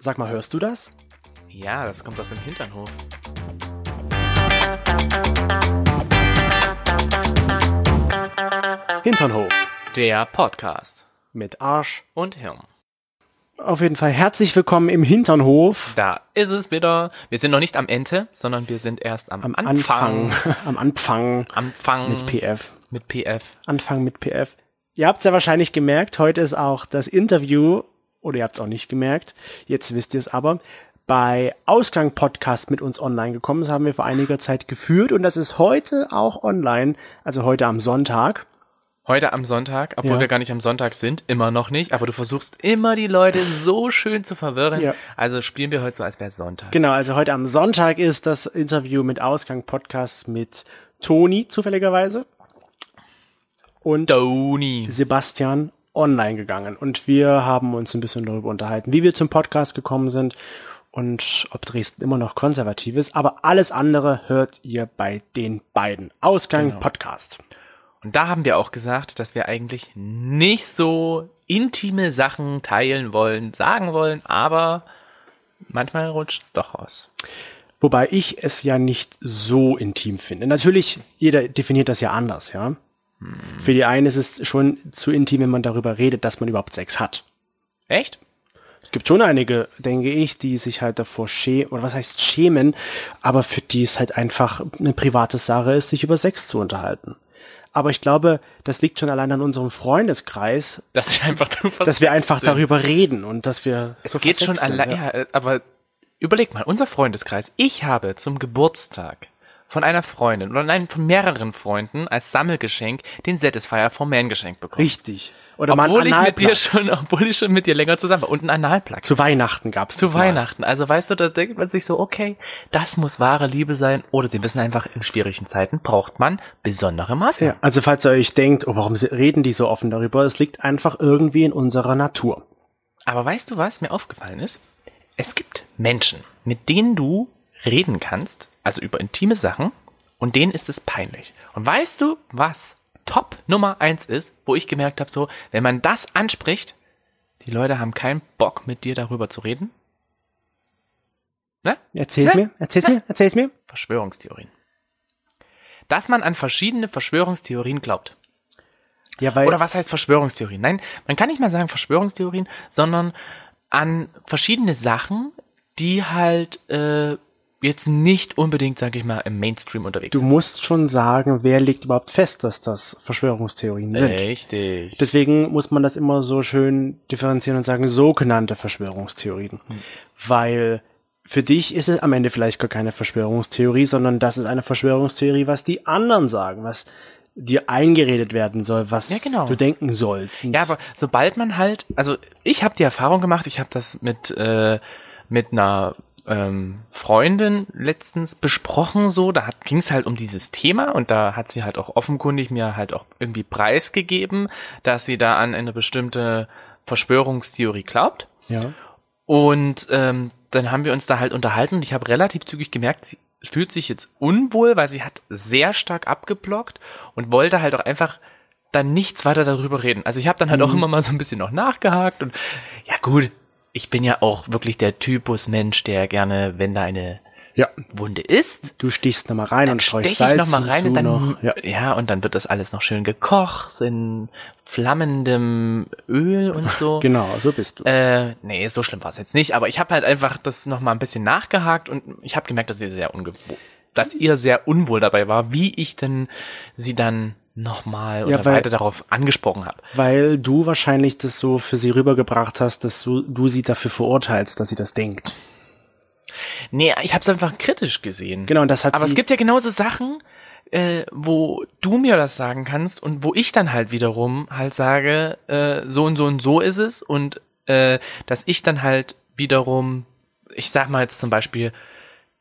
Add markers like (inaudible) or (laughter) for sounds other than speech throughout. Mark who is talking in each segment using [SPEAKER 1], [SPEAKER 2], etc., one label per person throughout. [SPEAKER 1] Sag mal, hörst du das?
[SPEAKER 2] Ja, das kommt aus dem Hinternhof.
[SPEAKER 1] Hinternhof
[SPEAKER 2] Der Podcast
[SPEAKER 1] mit Arsch.
[SPEAKER 2] und Hirn.
[SPEAKER 1] Auf jeden Fall herzlich willkommen im Hinternhof.
[SPEAKER 2] Da ist es wieder. Wir sind noch nicht am Ende, sondern wir sind erst am,
[SPEAKER 1] Am
[SPEAKER 2] Anfang.
[SPEAKER 1] Anfang. (laughs) Mhm. Am Anfang
[SPEAKER 2] Anfang
[SPEAKER 1] mit PF.
[SPEAKER 2] mit PF.
[SPEAKER 1] Anfang mit PF. Ihr habt es ja wahrscheinlich gemerkt, heute ist auch das Interview, oder ihr habt es auch nicht gemerkt, jetzt wisst ihr es aber, bei Ausgang Podcast mit uns online gekommen. Das haben wir vor einiger Zeit geführt und das ist heute auch online, also heute am Sonntag.
[SPEAKER 2] Heute am Sonntag, obwohl
[SPEAKER 1] Ja.
[SPEAKER 2] wir gar nicht am Sonntag sind, immer noch nicht, aber du versuchst immer die Leute so schön zu verwirren.
[SPEAKER 1] Ja.
[SPEAKER 2] Also spielen wir heute so, als wäre es Sonntag.
[SPEAKER 1] Genau, also heute am Sonntag ist das Interview mit Ausgang Podcast mit Toni zufälligerweise und
[SPEAKER 2] Doni.
[SPEAKER 1] Sebastian online gegangen. Und wir haben uns ein bisschen darüber unterhalten, wie wir zum Podcast gekommen sind und ob Dresden immer noch konservativ ist. Aber alles andere hört ihr bei den beiden. Ausgang Podcast.
[SPEAKER 2] Und da haben wir auch gesagt, dass wir eigentlich nicht so intime Sachen teilen wollen, sagen wollen, aber manchmal rutscht es doch raus.
[SPEAKER 1] Wobei ich es ja nicht so intim finde. Natürlich, jeder definiert das ja anders, ja. Für die einen ist es schon zu intim, wenn man darüber redet, dass man überhaupt Sex hat.
[SPEAKER 2] Echt?
[SPEAKER 1] Es gibt schon einige, denke ich, die sich halt davor schämen, oder was heißt schämen, aber für die es halt einfach eine private Sache ist, sich über Sex zu unterhalten. Aber ich glaube, das liegt schon allein an unserem Freundeskreis,
[SPEAKER 2] Dass wir einfach darüber
[SPEAKER 1] dass wir einfach
[SPEAKER 2] sind.
[SPEAKER 1] darüber reden und dass wir
[SPEAKER 2] Es geht schon allein. Ja. äh, aber überleg mal, unser Freundeskreis. Ich habe zum Geburtstag von einer Freundin oder nein, von mehreren Freunden als Sammelgeschenk den Satisfier for Man geschenkt bekommen.
[SPEAKER 1] Richtig. Oder mal
[SPEAKER 2] obwohl
[SPEAKER 1] einen
[SPEAKER 2] ich mit dir
[SPEAKER 1] Analplug.
[SPEAKER 2] schon, obwohl ich schon mit dir länger zusammen war und ein Analplug.
[SPEAKER 1] Zu Weihnachten gab's
[SPEAKER 2] zu
[SPEAKER 1] das mal.
[SPEAKER 2] Weihnachten. Also weißt du, da denkt man sich so, okay, das muss wahre Liebe sein. Oder sie wissen einfach, in schwierigen Zeiten braucht man besondere Maßnahmen.
[SPEAKER 1] Ja, also falls ihr euch denkt, oh, warum se- reden die so offen darüber? Es liegt einfach irgendwie in unserer Natur.
[SPEAKER 2] Aber weißt du, was mir aufgefallen ist? Es gibt Menschen, mit denen du reden kannst, also über intime Sachen, und denen ist es peinlich. Und weißt du, was Top Nummer eins ist, wo ich gemerkt habe, so, wenn man das anspricht, die Leute haben keinen Bock, mit dir darüber zu reden? Ne?
[SPEAKER 1] Erzähl's
[SPEAKER 2] Ne?
[SPEAKER 1] mir, erzähl's mir, erzähl's mir.
[SPEAKER 2] Verschwörungstheorien. Dass man an verschiedene Verschwörungstheorien glaubt.
[SPEAKER 1] Ja, weil
[SPEAKER 2] Oder was heißt Verschwörungstheorien? Nein, man kann nicht mal sagen Verschwörungstheorien, sondern an verschiedene Sachen, die halt äh, jetzt nicht unbedingt, sag ich mal, im Mainstream unterwegs
[SPEAKER 1] Du musst schon sagen, wer legt überhaupt fest, dass das Verschwörungstheorien
[SPEAKER 2] sind.
[SPEAKER 1] sind.
[SPEAKER 2] Richtig.
[SPEAKER 1] Deswegen muss man das immer so schön differenzieren und sagen, sogenannte Verschwörungstheorien.
[SPEAKER 2] Hm.
[SPEAKER 1] Weil für dich ist es am Ende vielleicht gar keine Verschwörungstheorie, sondern das ist eine Verschwörungstheorie, was die anderen sagen, was dir eingeredet werden soll, was
[SPEAKER 2] genau.
[SPEAKER 1] du denken sollst. Und
[SPEAKER 2] Ja, aber sobald man halt, also ich habe die Erfahrung gemacht, ich habe das mit äh, mit einer ähm, Freundin letztens besprochen, so da hat, ging's halt um dieses Thema und da hat sie halt auch offenkundig mir halt auch irgendwie preisgegeben, dass sie da an eine bestimmte Verschwörungstheorie glaubt.
[SPEAKER 1] ja.
[SPEAKER 2] Und ähm, dann haben wir uns da halt unterhalten und ich habe relativ zügig gemerkt, sie fühlt sich jetzt unwohl, weil sie hat sehr stark abgeblockt und wollte halt auch einfach dann nichts weiter darüber reden. Also ich habe dann halt
[SPEAKER 1] Mhm.
[SPEAKER 2] auch immer mal so ein bisschen noch nachgehakt und ja gut, ich bin ja auch wirklich der Typus Mensch, der gerne, wenn da eine
[SPEAKER 1] ja.
[SPEAKER 2] Wunde ist,
[SPEAKER 1] Du stichst nochmal rein und
[SPEAKER 2] steche
[SPEAKER 1] streust
[SPEAKER 2] ich
[SPEAKER 1] Salz
[SPEAKER 2] nochmal rein
[SPEAKER 1] hinzu
[SPEAKER 2] und dann,
[SPEAKER 1] noch.
[SPEAKER 2] ja.
[SPEAKER 1] Ja.
[SPEAKER 2] und dann wird das alles noch schön gekocht in flammendem Öl und so.
[SPEAKER 1] Genau, so bist du.
[SPEAKER 2] Äh, nee, so schlimm war es jetzt nicht, aber ich habe halt einfach das nochmal ein bisschen nachgehakt und ich habe gemerkt, dass ihr sehr ungewohnt, dass
[SPEAKER 1] Mhm.
[SPEAKER 2] ihr sehr unwohl dabei war, wie ich denn sie dann nochmal oder
[SPEAKER 1] weil-
[SPEAKER 2] weiter darauf angesprochen habe.
[SPEAKER 1] Weil du wahrscheinlich das so für sie rübergebracht hast, dass du, du sie dafür verurteilst, dass sie das denkt.
[SPEAKER 2] Nee, ich habe es einfach kritisch gesehen.
[SPEAKER 1] Genau, und das hat
[SPEAKER 2] aber
[SPEAKER 1] sie-
[SPEAKER 2] es gibt ja genauso Sachen, äh, wo du mir das sagen kannst und wo ich dann halt wiederum halt sage, äh, so und so und so ist es und äh, dass ich dann halt wiederum, ich sag mal jetzt zum Beispiel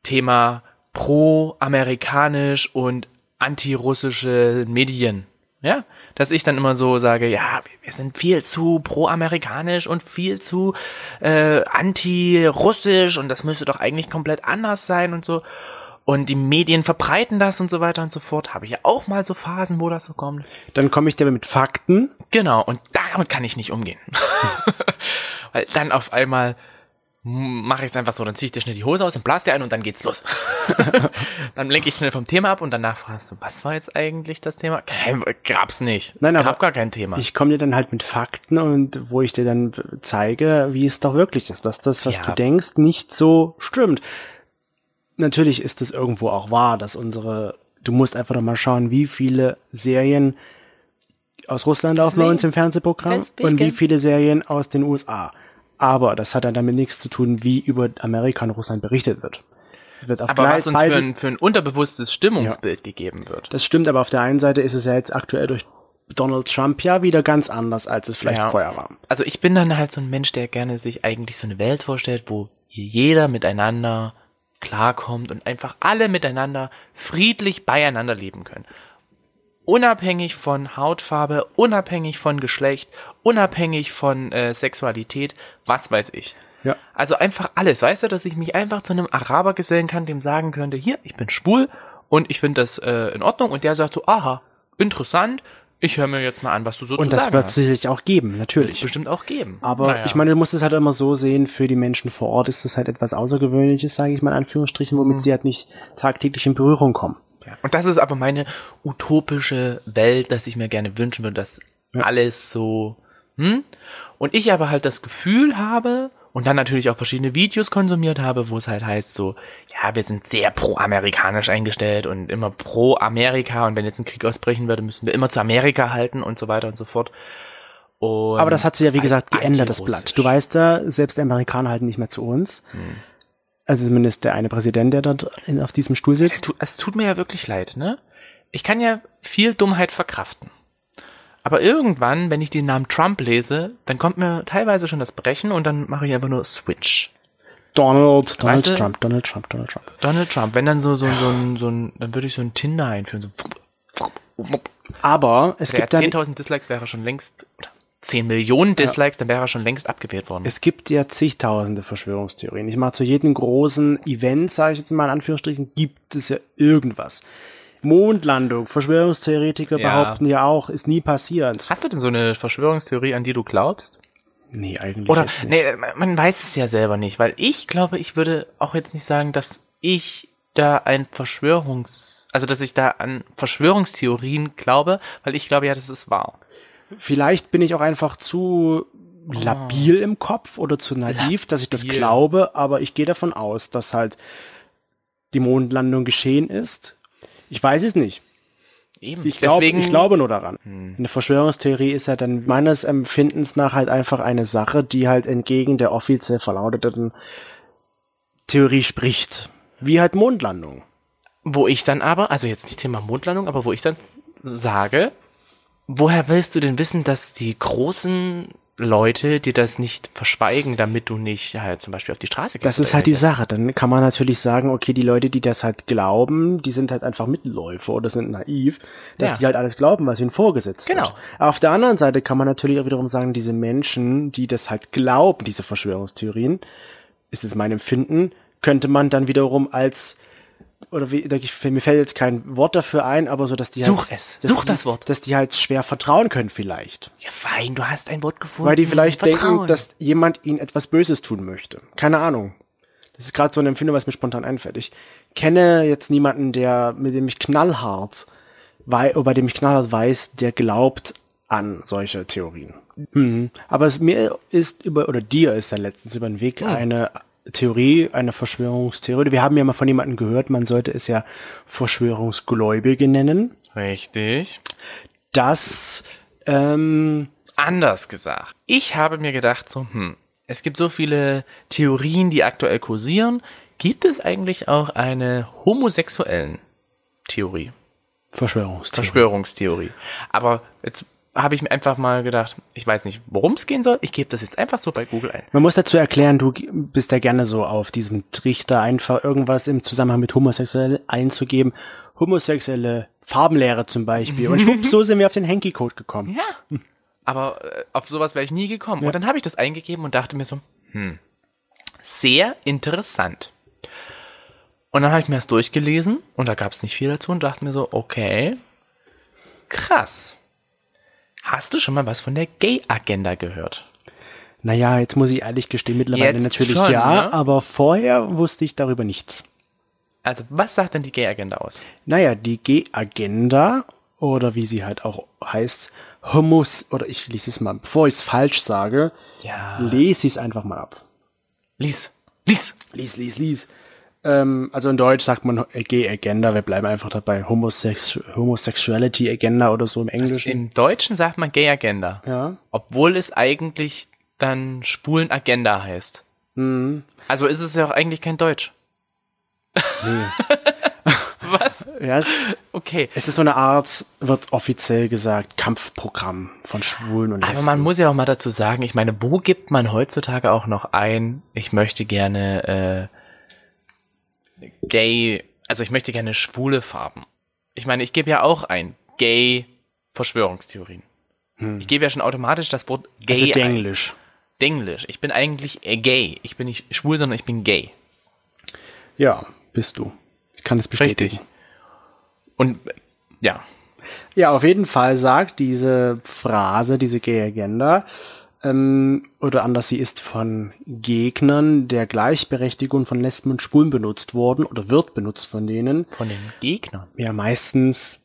[SPEAKER 2] Thema pro-amerikanisch und antirussische Medien, ja, dass ich dann immer so sage, ja, wir sind viel zu pro-amerikanisch und viel zu äh, anti-russisch und das müsste doch eigentlich komplett anders sein und so. Und die Medien verbreiten das und so weiter und so fort. Habe ich ja auch mal so Phasen, wo das so kommt.
[SPEAKER 1] Dann komme ich dir mit Fakten. (laughs)
[SPEAKER 2] Genau, und damit kann ich nicht umgehen. Weil dann auf einmal mache ich es einfach so, dann ziehe ich dir schnell die Hose aus und blas dir ein und dann
[SPEAKER 1] (laughs)
[SPEAKER 2] geht's los. dann lenke ich schnell vom Thema ab und danach fragst du, was war jetzt eigentlich das Thema? Kein, gab's nicht.
[SPEAKER 1] Nein,
[SPEAKER 2] es
[SPEAKER 1] aber
[SPEAKER 2] gab gar kein Thema.
[SPEAKER 1] Ich komme dir dann halt mit Fakten und wo ich dir dann zeige, wie es doch wirklich ist, dass das, was
[SPEAKER 2] Ja.
[SPEAKER 1] du denkst, nicht so stimmt. Natürlich ist es irgendwo auch wahr, dass unsere, du musst einfach doch mal schauen, wie viele Serien aus Russland aufnehmen uns im Fernsehprogramm und wie
[SPEAKER 2] Deswegen.
[SPEAKER 1] viele Serien aus den USA. Aber das hat dann damit nichts zu tun, wie über Amerika und Russland berichtet wird. Wird auf
[SPEAKER 2] aber
[SPEAKER 1] gleich-
[SPEAKER 2] was uns für
[SPEAKER 1] beide-
[SPEAKER 2] ein, für ein unterbewusstes Stimmungsbild gegeben wird.
[SPEAKER 1] das stimmt, aber auf der einen Seite ist es ja jetzt aktuell durch Donald Trump ja wieder ganz anders, als es vielleicht
[SPEAKER 2] Ja.
[SPEAKER 1] vorher war.
[SPEAKER 2] Also ich bin dann halt so ein Mensch, der gerne sich eigentlich so eine Welt vorstellt, wo hier jeder miteinander klarkommt und einfach alle miteinander friedlich beieinander leben können. Unabhängig von Hautfarbe, unabhängig von Geschlecht, unabhängig von äh, Sexualität, was weiß ich.
[SPEAKER 1] Ja.
[SPEAKER 2] Also einfach alles, weißt du, dass ich mich einfach zu einem Araber gesellen kann, dem sagen könnte, hier, ich bin schwul und ich finde das äh, in Ordnung und der sagt so, aha, interessant, ich höre mir jetzt mal an, was du so
[SPEAKER 1] Und
[SPEAKER 2] zu
[SPEAKER 1] das
[SPEAKER 2] sagen
[SPEAKER 1] wird
[SPEAKER 2] hast.
[SPEAKER 1] es sicherlich auch geben,
[SPEAKER 2] Wird's
[SPEAKER 1] natürlich.
[SPEAKER 2] bestimmt auch geben.
[SPEAKER 1] Aber
[SPEAKER 2] Naja.
[SPEAKER 1] ich meine, du musst es halt immer so sehen, für die Menschen vor Ort ist das halt etwas Außergewöhnliches, sage ich mal in Anführungsstrichen,
[SPEAKER 2] Mhm.
[SPEAKER 1] womit sie halt nicht tagtäglich in Berührung kommen.
[SPEAKER 2] Ja. Und das ist aber meine utopische Welt, dass ich mir gerne wünschen würde, dass alles so. Hm? Und ich aber halt das Gefühl habe und dann natürlich auch verschiedene Videos konsumiert habe, wo es halt heißt so, ja, wir sind sehr pro-amerikanisch eingestellt und immer pro-Amerika und wenn jetzt ein Krieg ausbrechen würde, müssen wir immer zu Amerika halten und so weiter und so fort. Und
[SPEAKER 1] Aber das hat sich ja, wie gesagt, geändert, das
[SPEAKER 2] antirussisch.
[SPEAKER 1] Blatt. Du weißt ja, selbst die Amerikaner halten nicht mehr zu uns.
[SPEAKER 2] Mhm.
[SPEAKER 1] Also zumindest der eine Präsident, der dort in, auf diesem Stuhl
[SPEAKER 2] Es
[SPEAKER 1] sitzt.
[SPEAKER 2] tut, es tut mir ja wirklich leid, ne? Ich kann ja viel Dummheit verkraften. Aber irgendwann, wenn ich den Namen Trump lese, dann kommt mir teilweise schon das Brechen und dann mache ich einfach nur Switch.
[SPEAKER 1] Donald, Donald
[SPEAKER 2] Weißt du-
[SPEAKER 1] Trump, Donald Trump, Donald Trump.
[SPEAKER 2] Donald Trump, wenn dann so, so, so, ein, so ein, dann würde ich so ein Tinder einführen. So.
[SPEAKER 1] Aber es
[SPEAKER 2] Der
[SPEAKER 1] gibt dann
[SPEAKER 2] 10.000 Dislikes wäre schon längst, oder 10 Millionen Dislikes, dann wäre er schon längst abgewählt worden.
[SPEAKER 1] Es gibt ja zigtausende Verschwörungstheorien. Ich mache zu jedem großen Event, sage ich jetzt mal in Anführungsstrichen, gibt es ja irgendwas. Mondlandung, Verschwörungstheoretiker
[SPEAKER 2] Ja.
[SPEAKER 1] behaupten ja auch, ist nie passiert.
[SPEAKER 2] Hast du denn so eine Verschwörungstheorie, an die du glaubst?
[SPEAKER 1] Nee, eigentlich
[SPEAKER 2] Oder,
[SPEAKER 1] jetzt nicht.
[SPEAKER 2] nee, äh, man man weiß es ja selber nicht, weil ich glaube, ich würde auch jetzt nicht sagen, dass ich da ein Verschwörungs, also dass ich da an Verschwörungstheorien glaube, weil ich glaube ja, das ist wahr.
[SPEAKER 1] Vielleicht bin ich auch einfach zu labil im Kopf oder zu naiv, dass ich das
[SPEAKER 2] Labil.
[SPEAKER 1] glaube, aber ich gehe davon aus, dass halt die Mondlandung geschehen ist. Ich weiß es nicht.
[SPEAKER 2] Eben.
[SPEAKER 1] Ich, glaub,
[SPEAKER 2] Deswegen,
[SPEAKER 1] ich glaube nur daran. Eine Verschwörungstheorie ist ja dann meines Empfindens nach halt einfach eine Sache, die halt entgegen der offiziell verlauteten Theorie spricht. Wie halt Mondlandung.
[SPEAKER 2] wo ich dann aber, also jetzt nicht Thema Mondlandung, aber wo ich dann sage, woher willst du denn wissen, dass die großen Leute dir das nicht verschweigen, damit du nicht halt zum Beispiel auf die Straße gehst?
[SPEAKER 1] Das ist
[SPEAKER 2] oder
[SPEAKER 1] halt die Sache. Dann kann man natürlich sagen, okay, die Leute, die das halt glauben, die sind halt einfach Mitläufer oder sind naiv, dass
[SPEAKER 2] Ja.
[SPEAKER 1] die halt alles glauben, was ihnen vorgesetzt
[SPEAKER 2] Genau.
[SPEAKER 1] wird. Auf der anderen Seite kann man natürlich auch wiederum sagen, diese Menschen, die das halt glauben, diese Verschwörungstheorien, ist es mein Empfinden, könnte man dann wiederum als oder wie, da- ich, mir fällt jetzt kein Wort dafür ein, aber so, dass die
[SPEAKER 2] Such
[SPEAKER 1] halt,
[SPEAKER 2] es.
[SPEAKER 1] dass
[SPEAKER 2] Such
[SPEAKER 1] die,
[SPEAKER 2] das Wort.
[SPEAKER 1] dass die halt schwer vertrauen können vielleicht.
[SPEAKER 2] Ja, fein, du hast ein Wort gefunden.
[SPEAKER 1] Weil die vielleicht denken,
[SPEAKER 2] Vertrauen.
[SPEAKER 1] dass jemand ihnen etwas Böses tun möchte. Keine Ahnung. Das ist gerade so eine Empfindung, was mir spontan einfällt. Ich kenne jetzt niemanden, der, mit dem ich knallhart, wei bei dem ich knallhart weiß, der glaubt an solche Theorien. Mhm. Aber es mir ist über, oder dir ist dann letztens über den Weg eine Theorie, eine Verschwörungstheorie. Wir haben ja mal von jemandem gehört, man sollte es ja Verschwörungsgläubige nennen,
[SPEAKER 2] Richtig.
[SPEAKER 1] dass, ähm,
[SPEAKER 2] Anders gesagt. Ich habe mir gedacht, so, hm, es gibt so viele Theorien, die aktuell kursieren. Gibt es eigentlich auch eine homosexuellen Theorie?
[SPEAKER 1] Verschwörungstheorie.
[SPEAKER 2] Verschwörungstheorie. Aber jetzt habe ich mir einfach mal gedacht, ich weiß nicht, worum es gehen soll. Ich gebe das jetzt einfach so bei Google ein.
[SPEAKER 1] Man muss dazu erklären, du g- bist ja gerne so auf diesem Trichter, einfach irgendwas im Zusammenhang mit homosexuell einzugeben. Homosexuelle Farbenlehre zum Beispiel. Und
[SPEAKER 2] (laughs)
[SPEAKER 1] schwupp, so sind wir auf den Henki-Code gekommen.
[SPEAKER 2] Ja. Aber äh, auf sowas wäre ich nie gekommen. Und dann habe ich das eingegeben und dachte mir so, hm, sehr interessant. Und dann habe ich mir das durchgelesen und da gab es nicht viel dazu und dachte mir so, okay, krass. Hast du schon mal was von der Gay-Agenda gehört?
[SPEAKER 1] Naja, jetzt muss ich ehrlich gestehen, mittlerweile
[SPEAKER 2] Jetzt
[SPEAKER 1] natürlich
[SPEAKER 2] schon,
[SPEAKER 1] ja,
[SPEAKER 2] ne?
[SPEAKER 1] aber vorher wusste ich darüber nichts.
[SPEAKER 2] Also, was sagt denn die Gay-Agenda aus?
[SPEAKER 1] Naja, die G-Agenda oder wie sie halt auch heißt, Humus, oder ich lese es mal, bevor ich es falsch sage,
[SPEAKER 2] Ja.
[SPEAKER 1] lese ich es einfach mal ab.
[SPEAKER 2] Lies. Lies.
[SPEAKER 1] Lies, lies, lies. Ähm, also in Deutsch sagt man G-Agenda, wir bleiben einfach dabei, Homosex Homosexuality Agenda oder so im Englischen.
[SPEAKER 2] Im Deutschen sagt man Gay Agenda.
[SPEAKER 1] Ja.
[SPEAKER 2] Obwohl es eigentlich dann Schwulen Agenda heißt.
[SPEAKER 1] Mhm.
[SPEAKER 2] Also ist es ja auch eigentlich kein Deutsch. Nee. (laughs) was?
[SPEAKER 1] ja, es,
[SPEAKER 2] Okay.
[SPEAKER 1] es ist so eine Art, wird offiziell gesagt, Kampfprogramm von Schwulen und
[SPEAKER 2] Aber
[SPEAKER 1] Lesben.
[SPEAKER 2] man muss ja auch mal dazu sagen, ich meine, wo gibt man heutzutage auch noch ein, ich möchte gerne äh, gay, also ich möchte gerne schwule Farben. Ich meine, ich gebe ja auch ein gay Verschwörungstheorien. Ich gebe ja schon automatisch das Wort gay
[SPEAKER 1] Hm. also
[SPEAKER 2] ein.
[SPEAKER 1] Denglisch.
[SPEAKER 2] Denglisch. Ich bin eigentlich äh, gay. Ich bin nicht schwul, sondern ich bin gay.
[SPEAKER 1] Ja, bist du. Ich kann es bestätigen.
[SPEAKER 2] Und äh, ja,
[SPEAKER 1] Ja, auf jeden Fall sagt diese Phrase, diese Gay Agenda, ähm, oder anders, sie ist von Gegnern der Gleichberechtigung von Lesben und Schwulen benutzt worden oder wird benutzt von denen.
[SPEAKER 2] von den Gegnern.
[SPEAKER 1] Ja, meistens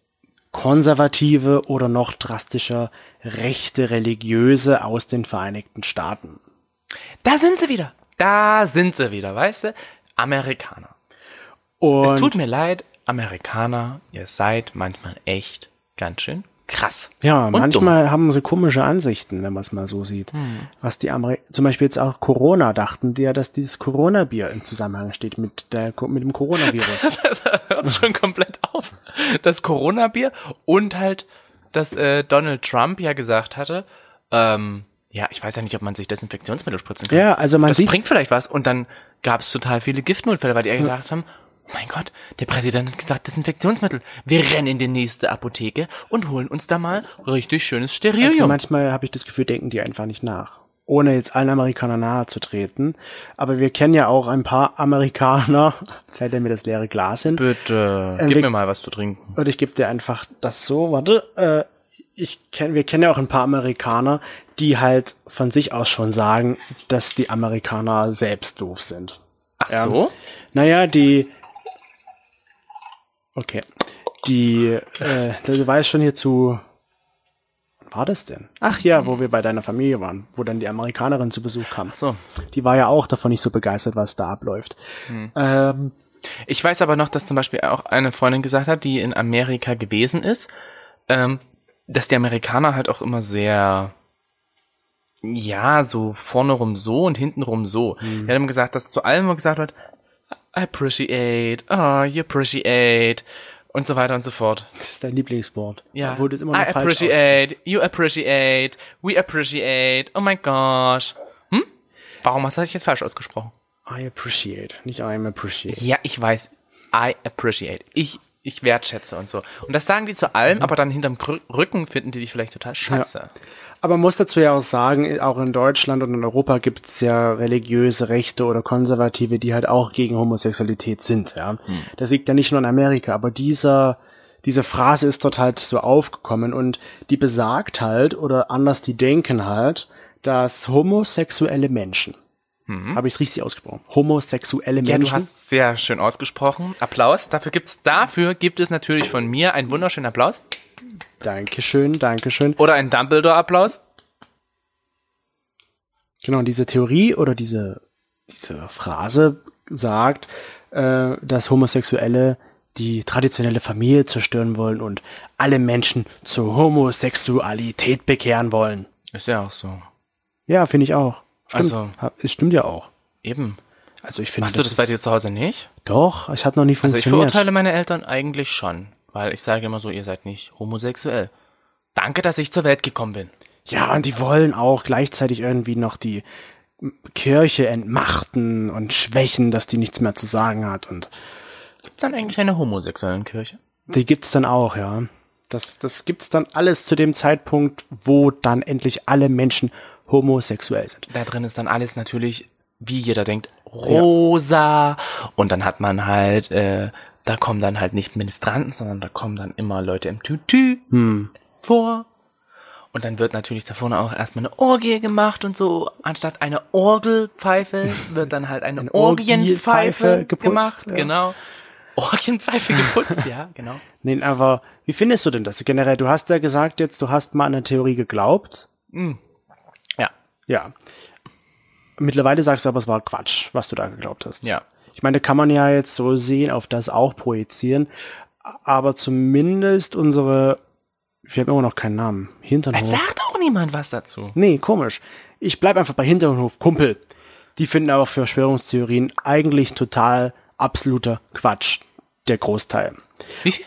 [SPEAKER 1] konservative oder noch drastischer rechte Religiöse aus den Vereinigten Staaten.
[SPEAKER 2] Da sind sie wieder. Da sind sie wieder, weißt du? Amerikaner. Es
[SPEAKER 1] Und
[SPEAKER 2] tut mir leid, Amerikaner, ihr seid manchmal echt ganz schön krass.
[SPEAKER 1] ja,
[SPEAKER 2] Und
[SPEAKER 1] manchmal haben sie komische Ansichten, wenn man es mal so sieht.
[SPEAKER 2] Hm.
[SPEAKER 1] Was die Ameri zum Beispiel jetzt auch Corona dachten, die ja, dass dieses Corona-Bier im Zusammenhang steht mit, der, Co- mit dem
[SPEAKER 2] (laughs)
[SPEAKER 1] Coronavirus. Also
[SPEAKER 2] Hört schon komplett auf. Das Corona-Bier und halt, dass äh, Donald Trump ja gesagt hatte, ähm, ja, ich weiß ja nicht, ob man sich Desinfektionsmittel spritzen kann.
[SPEAKER 1] ja, also man
[SPEAKER 2] das
[SPEAKER 1] sieht,
[SPEAKER 2] bringt vielleicht was. Und dann gab es total viele Giftnotfälle, weil die ja gesagt haben, oh mein Gott, der Präsident hat gesagt, Desinfektionsmittel. Wir rennen in die nächste Apotheke und holen uns da mal richtig schönes
[SPEAKER 1] also
[SPEAKER 2] Sterilium.
[SPEAKER 1] manchmal habe ich das Gefühl, denken die einfach nicht nach. Ohne jetzt allen Amerikanern nahe zu treten. Aber wir kennen ja auch ein paar Amerikaner, (laughs) zählt er mir das leere Glas hin.
[SPEAKER 2] Bitte, gib
[SPEAKER 1] Äh, wir-
[SPEAKER 2] mir mal was zu trinken.
[SPEAKER 1] Und ich gebe dir einfach das so, warte, äh, ich kenn, wir kennen ja auch ein paar Amerikaner, die halt von sich aus schon sagen, dass die Amerikaner selbst doof sind.
[SPEAKER 2] Ach so?
[SPEAKER 1] Naja, die. Okay. Die, äh, du weißt schon hier zu. Wann war das denn? Ach ja, wo wir bei deiner Familie waren, wo dann die Amerikanerin zu Besuch kam.
[SPEAKER 2] Ach so.
[SPEAKER 1] Die war ja auch davon nicht so begeistert, was da abläuft.
[SPEAKER 2] Hm.
[SPEAKER 1] Ähm,
[SPEAKER 2] Ich weiß aber noch, dass zum Beispiel auch eine Freundin gesagt hat, die in Amerika gewesen ist, ähm, dass die Amerikaner halt auch immer sehr, ja, so vorne rum so und hinten rum so.
[SPEAKER 1] Mhm.
[SPEAKER 2] Die hat immer gesagt, dass zu allem immer gesagt wird, I appreciate, ah, you appreciate und so weiter und so fort.
[SPEAKER 1] das ist dein Lieblingswort.
[SPEAKER 2] Ja,
[SPEAKER 1] Obwohl du es immer
[SPEAKER 2] I
[SPEAKER 1] noch falsch
[SPEAKER 2] appreciate, you appreciate, we appreciate, oh my gosh. Hm? Warum hast du das jetzt falsch ausgesprochen?
[SPEAKER 1] I appreciate, nicht I'm appreciate.
[SPEAKER 2] Ja, ich weiß. I appreciate. Ich, ich wertschätze und so. Und das sagen die zu allem, aber dann hinterm Krü- Rücken finden die dich vielleicht total scheiße.
[SPEAKER 1] Aber man muss dazu ja auch sagen, auch in Deutschland und in Europa gibt's ja religiöse Rechte oder Konservative, die halt auch gegen Homosexualität sind. Ja,
[SPEAKER 2] Hm.
[SPEAKER 1] das liegt ja nicht nur in Amerika, aber dieser diese Phrase ist dort halt so aufgekommen und die besagt halt oder anders die denken halt, dass homosexuelle Menschen, habe ich es richtig ausgesprochen, homosexuelle
[SPEAKER 2] Mhm. Ja,
[SPEAKER 1] Menschen.
[SPEAKER 2] du hast sehr schön ausgesprochen. Applaus. Dafür gibt's, dafür gibt es natürlich von mir einen wunderschönen Applaus.
[SPEAKER 1] Dankeschön, Dankeschön.
[SPEAKER 2] Oder einen Dumbledore-Applaus.
[SPEAKER 1] Genau, diese Theorie oder diese, diese Phrase sagt, äh, dass Homosexuelle die traditionelle Familie zerstören wollen und alle Menschen zur Homosexualität bekehren wollen.
[SPEAKER 2] Ist ja auch so.
[SPEAKER 1] Ja, finde ich auch. Stimmt.
[SPEAKER 2] Also-
[SPEAKER 1] Ha- Es stimmt ja auch.
[SPEAKER 2] Eben.
[SPEAKER 1] Also ich finde
[SPEAKER 2] Hast du das bei
[SPEAKER 1] ist-
[SPEAKER 2] dir zu Hause nicht?
[SPEAKER 1] Doch, es hat noch nie
[SPEAKER 2] Also ich
[SPEAKER 1] funktioniert.
[SPEAKER 2] verurteile meine Eltern eigentlich schon. Weil ich sage immer so, ihr seid nicht homosexuell. Danke, dass ich zur Welt gekommen bin.
[SPEAKER 1] ja, und die wollen auch gleichzeitig irgendwie noch die m, Kirche entmachten und schwächen, dass die nichts mehr zu sagen hat. Und
[SPEAKER 2] Gibt's dann eigentlich eine homosexuellen Kirche?
[SPEAKER 1] Die gibt's dann auch, ja. Das, das gibt's dann alles zu dem Zeitpunkt, wo dann endlich alle Menschen homosexuell sind.
[SPEAKER 2] da drin ist dann alles natürlich, wie jeder denkt, rosa. Und dann hat man halt, äh, da kommen dann
[SPEAKER 1] Hm.
[SPEAKER 2] halt nicht Ministranten, sondern da kommen dann immer Leute im Tütü vor. Und dann wird natürlich da vorne auch erstmal eine Orgie gemacht und so. Anstatt eine Orgelpfeife wird dann halt eine,
[SPEAKER 1] Eine
[SPEAKER 2] Orgienpfeife
[SPEAKER 1] Orgiepfeife geputzt,
[SPEAKER 2] gemacht.
[SPEAKER 1] ja.
[SPEAKER 2] Genau. Orgienpfeife geputzt, ja, genau.
[SPEAKER 1] Nee, aber wie findest du denn das generell? Du hast ja gesagt jetzt, du hast mal an eine Theorie geglaubt.
[SPEAKER 2] Ja,
[SPEAKER 1] Ja. Mittlerweile sagst du aber, es war Quatsch, was du da geglaubt hast.
[SPEAKER 2] Ja.
[SPEAKER 1] Ich meine, kann man ja jetzt so sehen, auf das auch projizieren. Aber zumindest unsere, ich habe immer noch keinen Namen, Hinternhof.
[SPEAKER 2] Es sagt auch niemand was dazu.
[SPEAKER 1] Nee, komisch. Ich bleib einfach bei Hinternhof, Kumpel. Die finden aber Verschwörungstheorien eigentlich total absoluter Quatsch. Der Großteil.
[SPEAKER 2] Wie viel?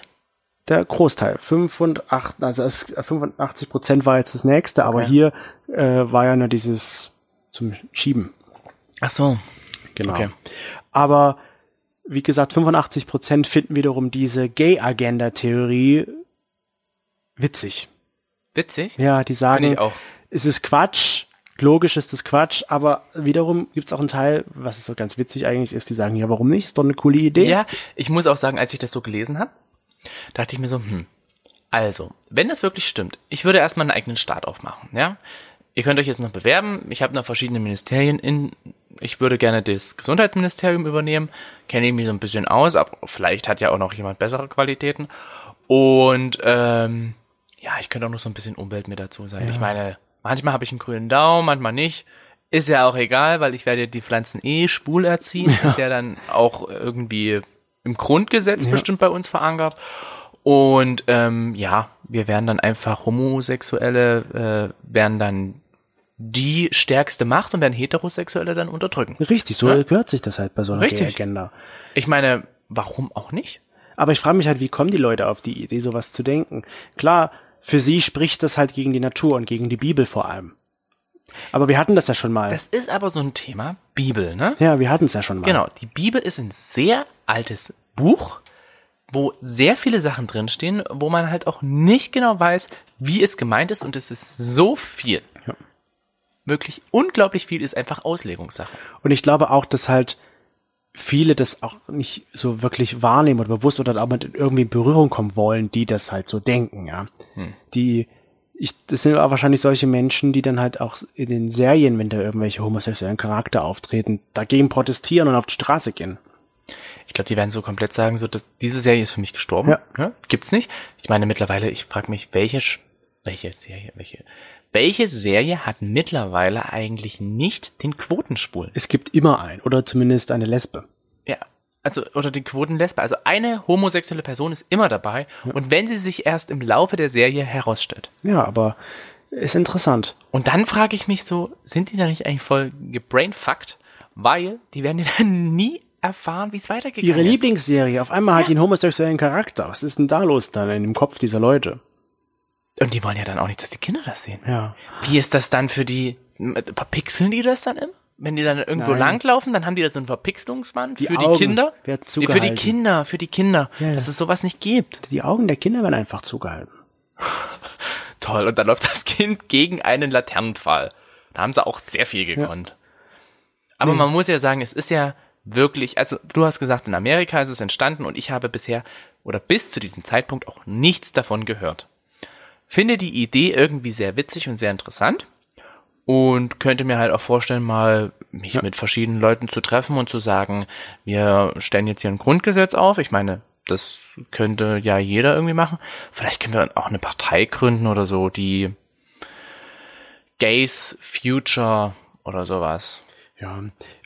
[SPEAKER 1] Der Großteil. 85, also es, 85 Prozent war jetzt das nächste, aber hier äh, war ja nur dieses zum Schieben.
[SPEAKER 2] Ach so.
[SPEAKER 1] Genau.
[SPEAKER 2] Okay.
[SPEAKER 1] Aber wie gesagt, 85 Prozent finden wiederum diese Gay-Agenda-Theorie witzig.
[SPEAKER 2] Witzig.
[SPEAKER 1] Ja, die
[SPEAKER 2] Finde
[SPEAKER 1] sagen,
[SPEAKER 2] ich auch.
[SPEAKER 1] es ist Quatsch, logisch ist es Quatsch, aber wiederum gibt's auch einen Teil, was so ganz witzig eigentlich ist, die sagen, ja, warum nicht? Ist doch eine coole Idee.
[SPEAKER 2] Ja, ich muss auch sagen, als ich das so gelesen habe, dachte ich mir so, hm, also, wenn das wirklich stimmt, ich würde erstmal einen eigenen Staat aufmachen, ja? Ihr könnt euch jetzt noch bewerben. Ich habe noch verschiedene Ministerien in. Ich würde gerne das Gesundheitsministerium übernehmen. Kenne ich mich so ein bisschen aus, aber vielleicht hat ja auch noch jemand bessere Qualitäten. Und ähm, ja, ich könnte auch noch so ein bisschen Umwelt mit dazu sein. Ich meine, manchmal habe ich einen grünen Daumen, manchmal nicht. Ist ja auch egal, weil ich werde die Pflanzen eh spul erziehen. Ist ja dann auch irgendwie im Grundgesetz bestimmt bei uns verankert. Und ähm, ja, wir wären dann einfach Homosexuelle, äh, wären dann die stärkste Macht und werden Heterosexuelle dann unterdrücken.
[SPEAKER 1] Richtig, so gehört sich das halt bei so einer
[SPEAKER 2] Richtig.
[SPEAKER 1] Gay-Agenda.
[SPEAKER 2] Ich meine, warum auch nicht?
[SPEAKER 1] Aber ich frage mich halt, wie kommen die Leute auf die Idee, sowas zu denken? Klar, für sie spricht das halt gegen die Natur und gegen die Bibel vor allem. Aber wir hatten das ja schon mal.
[SPEAKER 2] Das ist aber so ein Thema Bibel, ne?
[SPEAKER 1] ja, wir hatten es ja schon mal.
[SPEAKER 2] Genau, die Bibel ist ein sehr altes Buch, wo sehr viele Sachen drinstehen, wo man halt auch nicht genau weiß, wie es gemeint ist und es ist so viel. Wirklich unglaublich viel ist einfach Auslegungssache.
[SPEAKER 1] Und ich glaube auch, dass halt viele das auch nicht so wirklich wahrnehmen oder bewusst oder damit irgendwie in Berührung kommen wollen, die das halt so denken, ja. Die, ich, das sind aber wahrscheinlich solche Menschen, die dann halt auch in den Serien, wenn da irgendwelche homosexuellen Charakter auftreten, dagegen protestieren und auf die Straße gehen.
[SPEAKER 2] Ich glaube, die werden so komplett sagen, so dass diese Serie ist für mich gestorben.
[SPEAKER 1] Ja.
[SPEAKER 2] Ne? Gibt's nicht. Ich meine mittlerweile, ich frage mich, welche Sch- welche Serie, welche welche Serie hat mittlerweile eigentlich nicht den Quotenschwulen?
[SPEAKER 1] Es gibt immer ein oder zumindest eine Lesbe.
[SPEAKER 2] Ja, also oder die Quotenlesbe. Also eine homosexuelle Person ist immer dabei und wenn sie sich erst im Laufe der Serie herausstellt.
[SPEAKER 1] Ja, aber ist interessant.
[SPEAKER 2] Und dann frage ich mich so, sind die da nicht eigentlich voll gebrainfuckt? Weil die werden ja dann (laughs) nie erfahren, wie es weitergegangen
[SPEAKER 1] Ihre
[SPEAKER 2] ist.
[SPEAKER 1] Lieblingsserie, auf einmal hat die einen homosexuellen Charakter. Was ist denn da los dann in dem Kopf dieser Leute?
[SPEAKER 2] Und die wollen ja dann auch nicht, dass die Kinder das sehen.
[SPEAKER 1] Ja.
[SPEAKER 2] Wie ist das dann für die, m- verpixeln die das dann immer? Wenn die dann irgendwo
[SPEAKER 1] Nein.
[SPEAKER 2] langlaufen, dann haben die da so einen Verpixelungsband für
[SPEAKER 1] Augen
[SPEAKER 2] die Kinder.
[SPEAKER 1] werden
[SPEAKER 2] Nee, für die
[SPEAKER 1] zugehalten.
[SPEAKER 2] Kinder, für die Kinder.
[SPEAKER 1] ja.
[SPEAKER 2] Dass es sowas nicht gibt.
[SPEAKER 1] Die Augen der Kinder werden einfach zugehalten.
[SPEAKER 2] Toll, und dann (laughs) läuft das Kind gegen einen Laternenpfahl. Da haben sie auch sehr viel gekonnt. Aber man muss ja sagen, es ist ja wirklich, also du hast gesagt, in Amerika ist es entstanden und ich habe bisher oder bis zu diesem Zeitpunkt auch nichts davon gehört. Finde die Idee irgendwie sehr witzig und sehr interessant und könnte mir halt auch vorstellen, mal mich mit verschiedenen Leuten zu treffen und zu sagen, wir stellen jetzt hier ein Grundgesetz auf. Ich meine, das könnte ja jeder irgendwie machen. Vielleicht können wir auch eine Partei gründen oder so, die Gays Future oder sowas.
[SPEAKER 1] Ja.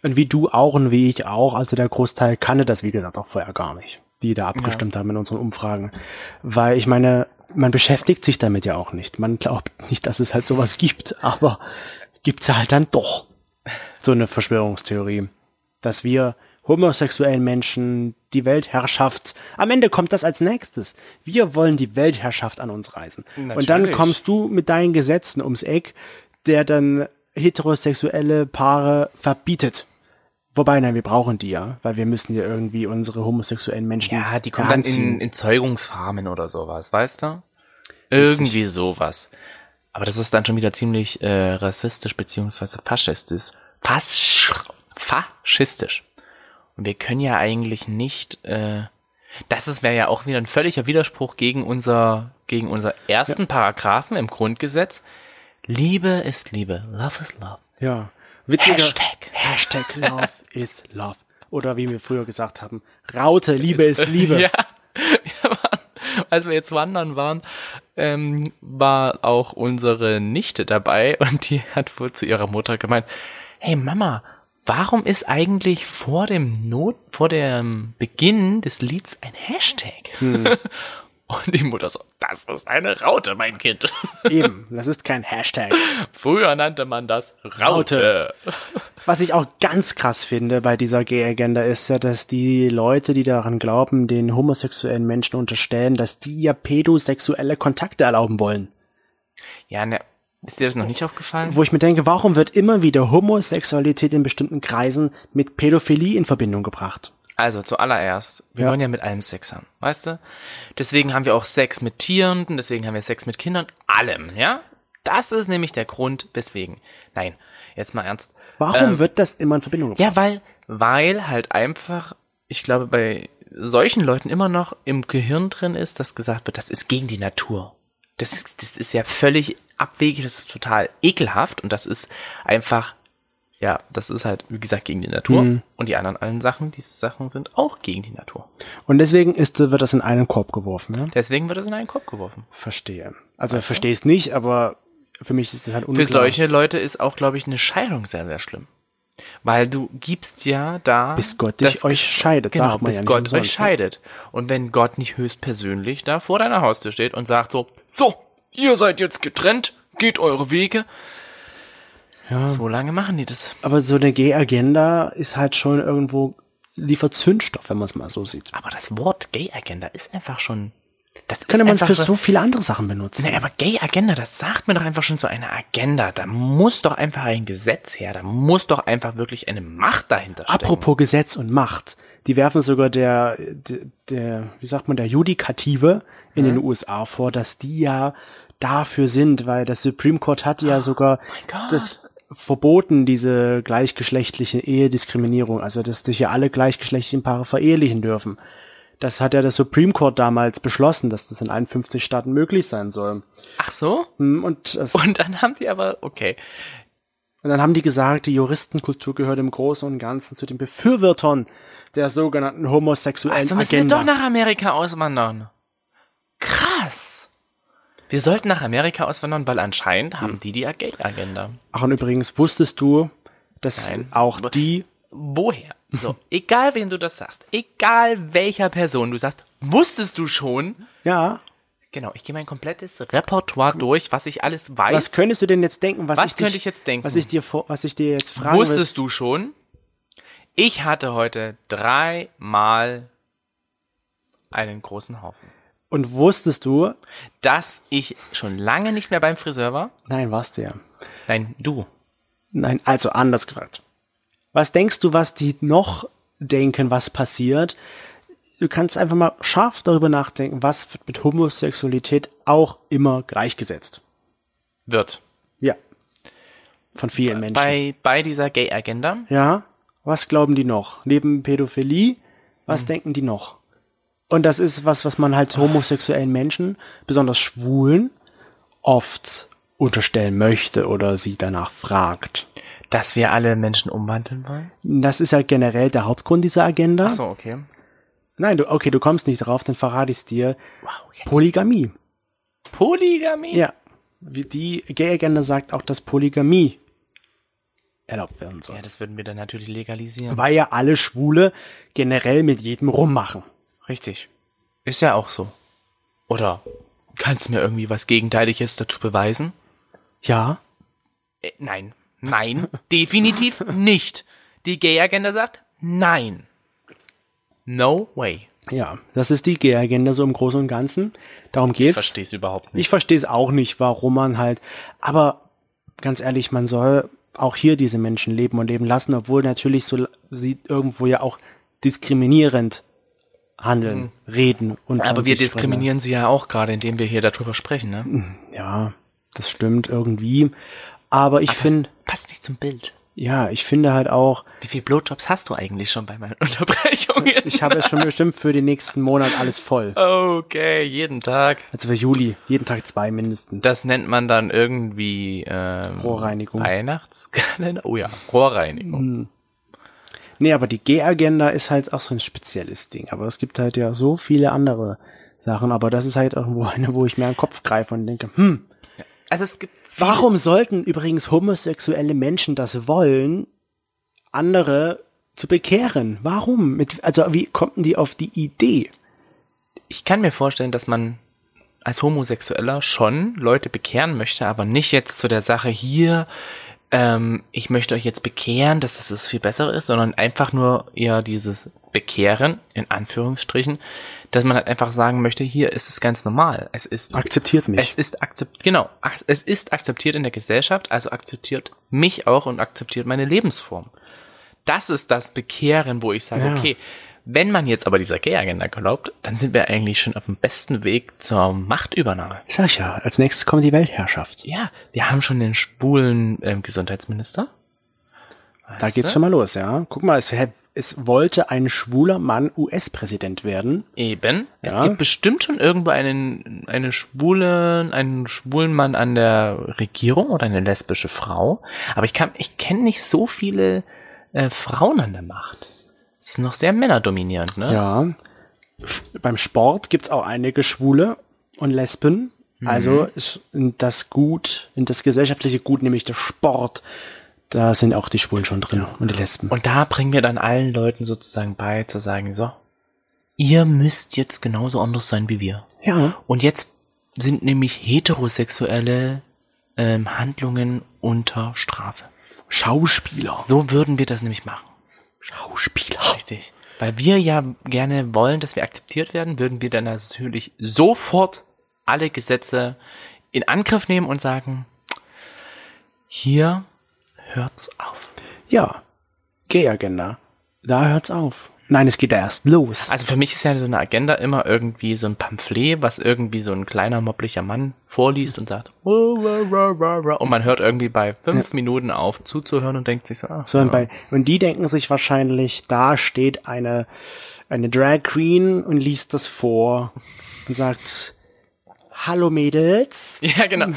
[SPEAKER 1] Und wie du auch und wie ich auch, also der Großteil kannte das, wie gesagt, auch vorher gar nicht, die da abgestimmt haben in unseren Umfragen. Weil ich meine, man beschäftigt sich damit ja auch nicht. Man glaubt nicht, dass es halt sowas (laughs) gibt, aber gibt's ja halt dann doch. So eine Verschwörungstheorie. Dass wir homosexuellen Menschen die Weltherrschaft, am Ende kommt das als nächstes. Wir wollen die Weltherrschaft an uns reißen. Und dann
[SPEAKER 2] Natürlich.
[SPEAKER 1] kommst kommst du mit deinen Gesetzen ums Eck, der dann heterosexuelle Paare verbietet. Wobei, nein, wir brauchen die ja, weil wir müssen ja irgendwie unsere homosexuellen Menschen
[SPEAKER 2] Ja, die kommen dann in,
[SPEAKER 1] heranziehen.
[SPEAKER 2] in Zeugungsfarmen oder sowas, weißt du? Irgendwie sowas. Aber das ist dann schon wieder ziemlich äh, rassistisch beziehungsweise faschistisch. Fasch faschistisch. Und wir können ja eigentlich nicht äh, Das ist- wäre ja auch wieder ein völliger Widerspruch gegen unser, gegen unser ersten Paragraphen im Grundgesetz. Liebe ist Liebe. Love is love.
[SPEAKER 1] Ja. Witziger
[SPEAKER 2] Hashtag.
[SPEAKER 1] Hashtag Love is Love. Oder wie wir früher gesagt haben, Raute, Liebe ist Liebe.
[SPEAKER 2] (laughs) Ja. Wir waren, als wir jetzt wandern waren, ähm, war auch unsere Nichte dabei und die hat wohl zu ihrer Mutter gemeint, hey Mama, warum ist eigentlich vor dem Not, vor dem Beginn des Lieds ein Hashtag?
[SPEAKER 1] Hm.
[SPEAKER 2] (laughs) Und die Mutter so, das ist eine Raute, mein Kind. (laughs)
[SPEAKER 1] Eben, das ist kein Hashtag.
[SPEAKER 2] Früher nannte man das Raute.
[SPEAKER 1] Raute. Was ich auch ganz krass finde bei dieser Gay-Agenda ist ja, dass die Leute, die daran glauben, den homosexuellen Menschen unterstellen, dass die ja pädosexuelle Kontakte erlauben wollen.
[SPEAKER 2] Ja, ne, ist dir das noch nicht aufgefallen?
[SPEAKER 1] Wo ich mir denke, warum wird immer wieder Homosexualität in bestimmten Kreisen mit Pädophilie in Verbindung gebracht?
[SPEAKER 2] Also zuallererst, wir
[SPEAKER 1] Ja.
[SPEAKER 2] wollen ja mit allem Sex haben, weißt du? Deswegen haben wir auch Sex mit Tieren, deswegen haben wir Sex mit Kindern, allem, ja? Das ist nämlich der Grund, weswegen. Nein, jetzt mal ernst.
[SPEAKER 1] Warum
[SPEAKER 2] Ähm.
[SPEAKER 1] wird das immer in Verbindung gebracht?
[SPEAKER 2] Ja, weil, weil halt einfach, ich glaube, bei solchen Leuten immer noch im Gehirn drin ist, dass gesagt wird, das ist gegen die Natur. Das, ist- das ist ja völlig abwegig, das ist total ekelhaft und das ist einfach, ja, das ist halt, wie gesagt, gegen die Natur. Und die anderen allen Sachen, diese Sachen sind auch gegen die Natur.
[SPEAKER 1] Und deswegen ist, wird das in einen Korb geworfen. Ja?
[SPEAKER 2] Deswegen wird es in einen Korb geworfen.
[SPEAKER 1] Verstehe. Also verstehe es nicht, aber für mich ist es halt
[SPEAKER 2] Für
[SPEAKER 1] unklar.
[SPEAKER 2] solche Leute ist auch, glaube ich, eine Scheidung sehr, sehr schlimm. Weil du gibst ja da.
[SPEAKER 1] Bis Gott dich
[SPEAKER 2] das-
[SPEAKER 1] euch scheidet,
[SPEAKER 2] Genau,
[SPEAKER 1] sagt man
[SPEAKER 2] bis
[SPEAKER 1] ja nicht
[SPEAKER 2] Gott
[SPEAKER 1] umsonst,
[SPEAKER 2] euch
[SPEAKER 1] ne?
[SPEAKER 2] scheidet. Und wenn Gott nicht höchstpersönlich da vor deiner Haustür steht und sagt so, so, ihr seid jetzt getrennt, geht eure Wege. Ja. So lange machen die das.
[SPEAKER 1] Aber so eine Gay-Agenda ist halt schon irgendwo liefert Zündstoff, wenn man es mal so sieht.
[SPEAKER 2] Aber das Wort Gay Agenda ist einfach schon. Das
[SPEAKER 1] Könnte
[SPEAKER 2] ist
[SPEAKER 1] man
[SPEAKER 2] einfach
[SPEAKER 1] für
[SPEAKER 2] so-
[SPEAKER 1] so viele andere Sachen benutzen.
[SPEAKER 2] Nee, aber Gay Agenda, das sagt mir doch einfach schon so eine Agenda. Da muss doch einfach ein Gesetz her. Da muss doch einfach wirklich eine Macht dahinter stecken.
[SPEAKER 1] Apropos Gesetz und Macht. Die werfen sogar der, der, der wie sagt man, der Judikative in
[SPEAKER 2] Mhm.
[SPEAKER 1] den USA vor, dass die ja dafür sind, weil das Supreme Court hat ja sogar
[SPEAKER 2] Oh Gott.
[SPEAKER 1] das verboten, diese gleichgeschlechtliche Ehediskriminierung, also dass sich ja alle gleichgeschlechtlichen Paare verehelichen dürfen. Das hat ja das Supreme Court damals beschlossen, dass das in 51 Staaten möglich sein soll.
[SPEAKER 2] Ach so?
[SPEAKER 1] Hm, Und, das, und
[SPEAKER 2] Und dann haben die aber, okay.
[SPEAKER 1] dann haben die gesagt, die Juristenkultur gehört im Großen und Ganzen zu den Befürwortern der sogenannten homosexuellen
[SPEAKER 2] Also müssen
[SPEAKER 1] Agenda.
[SPEAKER 2] wir doch nach Amerika auswandern. Krass. Wir sollten nach Amerika auswandern, weil anscheinend haben die die Ag- Agenda.
[SPEAKER 1] Ach, und übrigens wusstest du, dass
[SPEAKER 2] Nein.
[SPEAKER 1] auch die,
[SPEAKER 2] Woher? So, egal wem du das sagst, egal welcher Person du sagst, wusstest du schon?
[SPEAKER 1] ja,
[SPEAKER 2] Genau, ich gehe mein komplettes Repertoire durch, was ich alles weiß.
[SPEAKER 1] was könntest du denn jetzt denken? Was,
[SPEAKER 2] Was
[SPEAKER 1] ich
[SPEAKER 2] könnte
[SPEAKER 1] dich,
[SPEAKER 2] ich jetzt denken?
[SPEAKER 1] Was ich dir, vor, was ich dir jetzt fragen will?
[SPEAKER 2] Wusstest du schon? Ich hatte heute dreimal einen großen Haufen.
[SPEAKER 1] Und wusstest du,
[SPEAKER 2] Dass ich schon lange nicht mehr beim Friseur war?
[SPEAKER 1] nein, warst du ja.
[SPEAKER 2] Nein, du.
[SPEAKER 1] Nein, also anders gesagt. Was denkst du, was die noch denken, was passiert? Du kannst einfach mal scharf darüber nachdenken, was wird mit Homosexualität auch immer gleichgesetzt.
[SPEAKER 2] Wird.
[SPEAKER 1] Ja. Von vielen Menschen.
[SPEAKER 2] Bei, bei dieser Gay-Agenda?
[SPEAKER 1] Ja, was glauben die noch? Neben Pädophilie, was denken die noch? Und das ist was, was man halt homosexuellen Menschen, besonders Schwulen, oft unterstellen möchte oder sie danach fragt.
[SPEAKER 2] Dass wir alle Menschen umwandeln wollen?
[SPEAKER 1] Das ist ja generell der Hauptgrund dieser Agenda.
[SPEAKER 2] Ach so, okay.
[SPEAKER 1] Nein, du, okay, du kommst nicht drauf, dann verrate ich dir.
[SPEAKER 2] Wow, jetzt.
[SPEAKER 1] Polygamie.
[SPEAKER 2] Polygamie?
[SPEAKER 1] Ja. Wie Die Gay-Agenda sagt auch, dass Polygamie erlaubt werden soll.
[SPEAKER 2] Ja, das würden wir dann natürlich legalisieren.
[SPEAKER 1] Weil ja alle Schwule generell mit jedem rummachen.
[SPEAKER 2] Richtig. Ist ja auch so. Oder kannst du mir irgendwie was Gegenteiliges dazu beweisen?
[SPEAKER 1] Ja,
[SPEAKER 2] Äh, nein. Nein, definitiv nicht. Die Gay-Agenda sagt nein. No way.
[SPEAKER 1] Ja, das ist die Gay-Agenda so im Großen und Ganzen. Darum geht's.
[SPEAKER 2] Versteh's überhaupt nicht.
[SPEAKER 1] Ich verstehe es auch nicht, warum man halt. Aber ganz ehrlich, man soll auch hier diese Menschen leben und leben lassen, obwohl natürlich so sie irgendwo ja auch diskriminierend handeln, reden und. von
[SPEAKER 2] Aber
[SPEAKER 1] sich
[SPEAKER 2] wir
[SPEAKER 1] sprechen.
[SPEAKER 2] diskriminieren sie ja auch gerade, indem wir hier darüber sprechen, ne?
[SPEAKER 1] Ja, das stimmt irgendwie. Aber ich finde,
[SPEAKER 2] Passt nicht zum Bild.
[SPEAKER 1] Ja, ich finde halt auch,
[SPEAKER 2] Wie viele Blowjobs hast du eigentlich schon bei meinen (laughs) Unterbrechungen?
[SPEAKER 1] ich (laughs) habe jetzt schon bestimmt für den nächsten Monat alles voll.
[SPEAKER 2] Okay, jeden Tag.
[SPEAKER 1] Also für Juli, jeden Tag zwei mindestens.
[SPEAKER 2] Das nennt man dann irgendwie ähm,
[SPEAKER 1] Rohrreinigung.
[SPEAKER 2] Weihnachtskalender. Oh ja, Rohrreinigung.
[SPEAKER 1] Nee, aber die G-Agenda ist halt auch so ein spezielles Ding. Aber es gibt halt ja so viele andere Sachen. Aber das ist halt irgendwo eine, wo ich mir an den Kopf greife und denke, hm,
[SPEAKER 2] Also es gibt
[SPEAKER 1] warum sollten übrigens homosexuelle Menschen das wollen, andere zu bekehren? Warum? Mit, also wie kommen die auf die Idee?
[SPEAKER 2] Ich kann mir vorstellen, dass man als Homosexueller schon Leute bekehren möchte, aber nicht jetzt zu der Sache hier, ähm, ich möchte euch jetzt bekehren, dass es das viel besser ist, sondern einfach nur eher dieses Bekehren, in Anführungsstrichen, dass man halt einfach sagen möchte, hier ist es ganz normal. Es ist
[SPEAKER 1] Akzeptiert mich.
[SPEAKER 2] es ist akzept, genau, ak- es ist akzeptiert in der Gesellschaft, also akzeptiert mich auch und akzeptiert meine Lebensform. Das ist das Bekehren, wo ich sage,
[SPEAKER 1] Ja.
[SPEAKER 2] okay, wenn man jetzt aber dieser Gay-Agenda glaubt, dann sind wir eigentlich schon auf dem besten Weg zur Machtübernahme.
[SPEAKER 1] Sag ich ja, als nächstes kommt die Weltherrschaft.
[SPEAKER 2] Ja, wir haben schon den schwulen ähm, Gesundheitsminister.
[SPEAKER 1] Da
[SPEAKER 2] Weißt
[SPEAKER 1] geht's
[SPEAKER 2] du?
[SPEAKER 1] schon mal los, ja. Guck mal, es, es wollte ein schwuler Mann US-Präsident werden.
[SPEAKER 2] Eben. Es
[SPEAKER 1] Ja.
[SPEAKER 2] gibt bestimmt schon irgendwo einen, eine schwulen, einen schwulen Mann an der Regierung oder eine lesbische Frau. Aber ich kann, ich kenne nicht so viele äh, Frauen an der Macht. Es ist noch sehr männerdominierend, ne?
[SPEAKER 1] Ja. F- Beim Sport gibt's auch einige Schwule und Lesben. Also ist in das Gut, in das gesellschaftliche Gut, nämlich der Sport, da sind auch die Schwulen schon drin und die Lesben.
[SPEAKER 2] Und da bringen wir dann allen Leuten sozusagen bei, zu sagen, so, ihr müsst jetzt genauso anders sein wie wir.
[SPEAKER 1] ja.
[SPEAKER 2] Und jetzt sind nämlich heterosexuelle ähm, Handlungen unter Strafe.
[SPEAKER 1] Schauspieler.
[SPEAKER 2] So würden wir das nämlich machen.
[SPEAKER 1] Schauspieler.
[SPEAKER 2] Richtig. Weil wir ja gerne wollen, dass wir akzeptiert werden, würden wir dann natürlich sofort alle Gesetze in Angriff nehmen und sagen, hier hört's auf.
[SPEAKER 1] Ja. Gay-Agenda. Da hört's auf. Nein, es geht da erst los.
[SPEAKER 2] Also für mich ist ja so eine Agenda immer irgendwie so ein Pamphlet, was irgendwie so ein kleiner mobblicher Mann vorliest und sagt, "Wa, wa, wa, wa, wa." und man hört irgendwie bei fünf Minuten auf zuzuhören und denkt sich so, ah,
[SPEAKER 1] Sondern bei, und die denken sich wahrscheinlich, da steht eine, eine Drag Queen und liest das vor und sagt, Hallo Mädels.
[SPEAKER 2] (laughs) Ja, genau.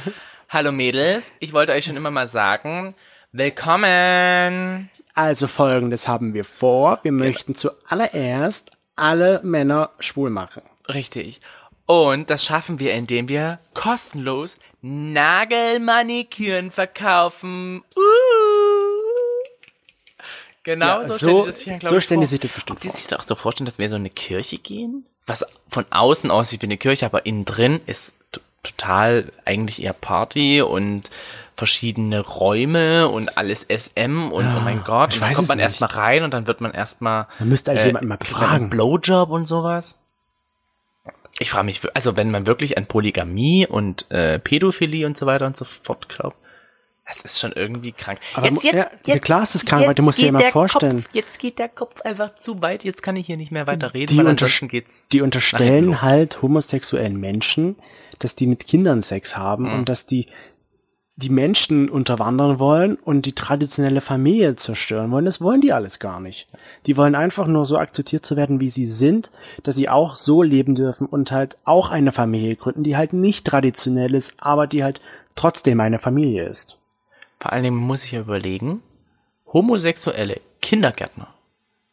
[SPEAKER 2] Hallo Mädels, ich wollte euch schon immer mal sagen, willkommen.
[SPEAKER 1] Also folgendes haben wir vor. Wir möchten zuallererst alle Männer schwul machen.
[SPEAKER 2] Richtig. Und das schaffen wir, indem wir kostenlos Nagelmaniküren verkaufen. Uh. Genau
[SPEAKER 1] Ja, so-
[SPEAKER 2] so, stellen die das sich dann, glaub
[SPEAKER 1] Also so
[SPEAKER 2] ich,
[SPEAKER 1] stellen die
[SPEAKER 2] vor.
[SPEAKER 1] sich das bestimmt
[SPEAKER 2] Ob die
[SPEAKER 1] vor.
[SPEAKER 2] sich doch so vorstellen, dass wir so in eine Kirche gehen? Was von außen aussieht wie eine Kirche, aber innen drin ist t- total eigentlich eher Party und verschiedene Räume und alles SM und oh mein Gott.
[SPEAKER 1] Ah, ich
[SPEAKER 2] und dann
[SPEAKER 1] weiß es
[SPEAKER 2] kommt man
[SPEAKER 1] nicht.
[SPEAKER 2] erstmal rein und dann wird man erstmal
[SPEAKER 1] Da müsste
[SPEAKER 2] Äh,
[SPEAKER 1] eigentlich jemand mal
[SPEAKER 2] kriegt man
[SPEAKER 1] befragen.
[SPEAKER 2] einen Blowjob und sowas. Ich frage mich, also wenn man wirklich an Polygamie und äh, Pädophilie und so weiter und so fort glaubt, das ist schon irgendwie krank.
[SPEAKER 1] Aber mu- ja, ja, klar ist es krank, weil du musst dir
[SPEAKER 2] geht
[SPEAKER 1] ja mal
[SPEAKER 2] der
[SPEAKER 1] vorstellen.
[SPEAKER 2] Kopf, jetzt geht der Kopf einfach zu weit, jetzt kann ich hier nicht mehr weiter reden,
[SPEAKER 1] Die,
[SPEAKER 2] weil
[SPEAKER 1] unter
[SPEAKER 2] ansonsten geht's.
[SPEAKER 1] die
[SPEAKER 2] nach hinten
[SPEAKER 1] unterstellen
[SPEAKER 2] los.
[SPEAKER 1] halt homosexuellen Menschen, dass die mit Kindern Sex haben
[SPEAKER 2] Mhm.
[SPEAKER 1] und dass die die Menschen unterwandern wollen und die traditionelle Familie zerstören wollen. Das wollen die alles gar nicht. Die wollen einfach nur so akzeptiert zu werden, wie sie sind, dass sie auch so leben dürfen und halt auch eine Familie gründen, die halt nicht traditionell ist, aber die halt trotzdem eine Familie ist.
[SPEAKER 2] Vor allen Dingen muss ich ja überlegen, homosexuelle Kindergärtner.